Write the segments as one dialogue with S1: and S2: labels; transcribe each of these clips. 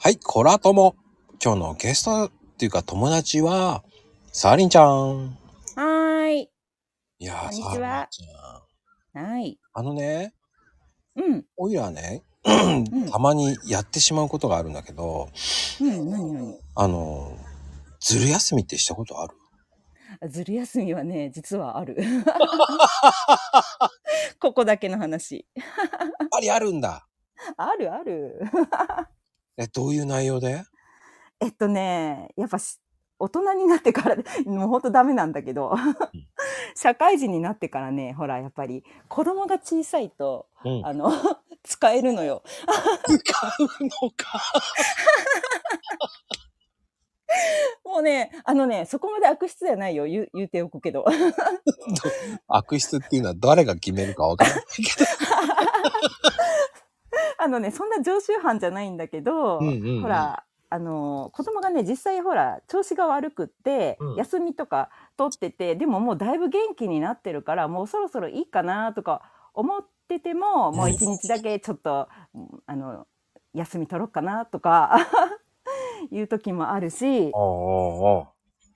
S1: はい、コラとも。今日のゲストっていうか友達は、サーリンちゃん。
S2: はーい。
S1: いやー、
S2: こんにち
S1: サ
S2: は
S1: ーリンちゃん。
S2: はい。
S1: あのね、
S2: うん。
S1: おいらね、
S2: う ん
S1: たまにやってしまうことがあるんだけど、
S2: うん。何何
S1: あの、ずる休みってしたことある
S2: あずる休みはね、実はあ る。ここだけの話。
S1: やっぱりあるんだ。
S2: あるある。
S1: え、どういう内容 で
S2: えっとね、やっぱし大人になってから、もうほんとダメなんだけど
S1: うん、
S2: 社会人になってからね、ほら、やっぱり子供が小さいと、
S1: うん。
S2: あの、 使えるのよ。
S1: 使うのか。
S2: もうね、あのね、そこまで悪質じゃないよ。言う言うておくけど。
S1: 悪質っていうのは誰が決めるかわからないけど。
S2: あのね、そんな常習犯じゃないんだけど、
S1: うんうんうん
S2: ほら、あのー子供がね、実際ほら、調子が悪くって、
S1: うん
S2: 休みとか取ってて、でももうだいぶ元気になってるから、もうそろそろいいかなとか思ってても、もう一日だけちょっと、うんあの、休み取ろうかなとか、 いう時もあるし、
S1: おうおうお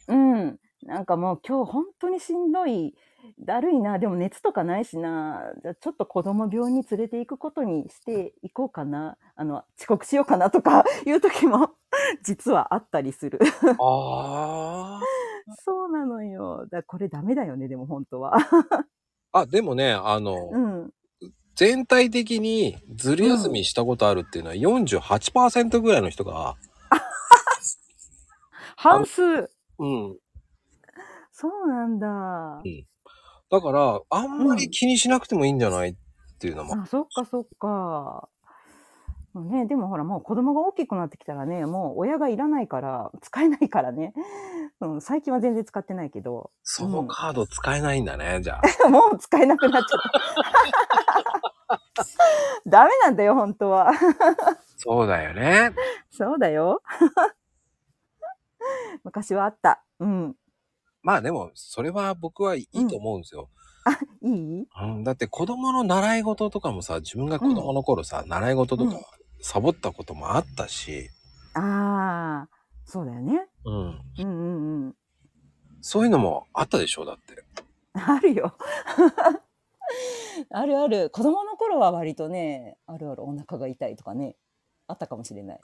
S1: う
S2: うん。なんかもう今日本当にしんどい、だるいな、でも熱とかないしな、じゃあちょっと子供病院に連れて行くことにしていこうかな、あの、遅刻しようかなとか いう時も実はあったりする。
S1: あ
S2: そうなのよ。だこれダメだよね、でも本当は。
S1: あ。あ、でもね、あの、
S2: うん。
S1: 全体的にずる休みしたことあるっていうのは48%ぐらいの人が、
S2: 半数。
S1: うん。
S2: そうなんだ。
S1: だから、あんまり気にしなくてもいいんじゃないっていうのも。
S2: あ、そっかそっか。もうね、でもほら、もう子供が大きくなってきたらね、もう親がいらないから、使えないからね。うん、最近は全然使ってないけど。
S1: そのカード使えないんだね、じゃあ。
S2: もう使えなくなっちゃ った。ダメなんだよ、本当は。
S1: そうだよね。
S2: そうだよ。 昔はあった。うん。
S1: まあでも、それは僕はいいと思うんですよ。
S2: いい
S1: うん、だって子供の習い事とかもさ、自分が子供の頃さ、習い事とかサボったこともあったし、
S2: ああ、そうだよね。
S1: うん。
S2: うんうんうん。
S1: そういうのもあったでしょ、だ って。
S2: あるよ。 あるある。子供の頃は割とね、あるあるお腹が痛いとかね、あったかもしれない。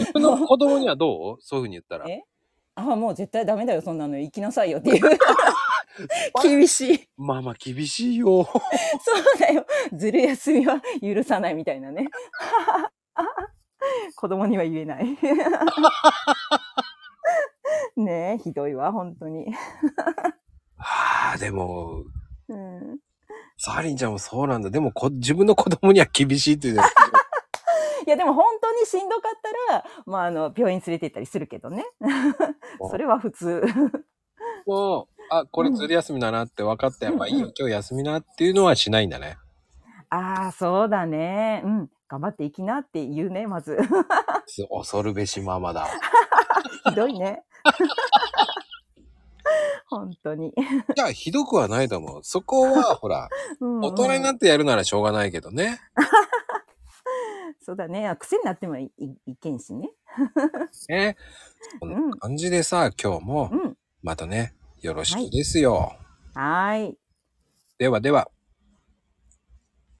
S1: 自分の子供にはどうそういうふうに言ったら。
S2: えああ、もう絶対ダメだよ、そんなの。行きなさいよって いう。厳しい。
S1: まあまあ厳しいよ。
S2: そうだよ。ずる休みは許さないみたいなね。 子供には言えない。 ねえ、ひどいわ、本当に。
S1: はあ、でも、
S2: うん、
S1: サーリンちゃんもそうなんだ。でもこ、自分の子供には厳しいって言うじゃん
S2: いや、でも本当にしんどかったら、まあ、あの、病院連れて行ったりするけどね。それは普通。
S1: もう、あ、これずる休みだなって分かって、まあいいよ、今日休みなっていうのはしないんだね。
S2: ああ、そうだね。うん。頑張っていきなって言うね、まず。
S1: す恐るべしママだ。
S2: ひどいね。 本当に。
S1: じゃあ、ひどくはないと思う。そこは、ほら、
S2: うんうん
S1: 大人になってやるならしょうがないけどね。
S2: そうだね。あ癖になってもいいいけんしね。
S1: ね。こ
S2: うん。
S1: なん感じでさ、今日も
S2: う、ん。
S1: またね、よろしくですよ。
S2: はーい。
S1: ではでは。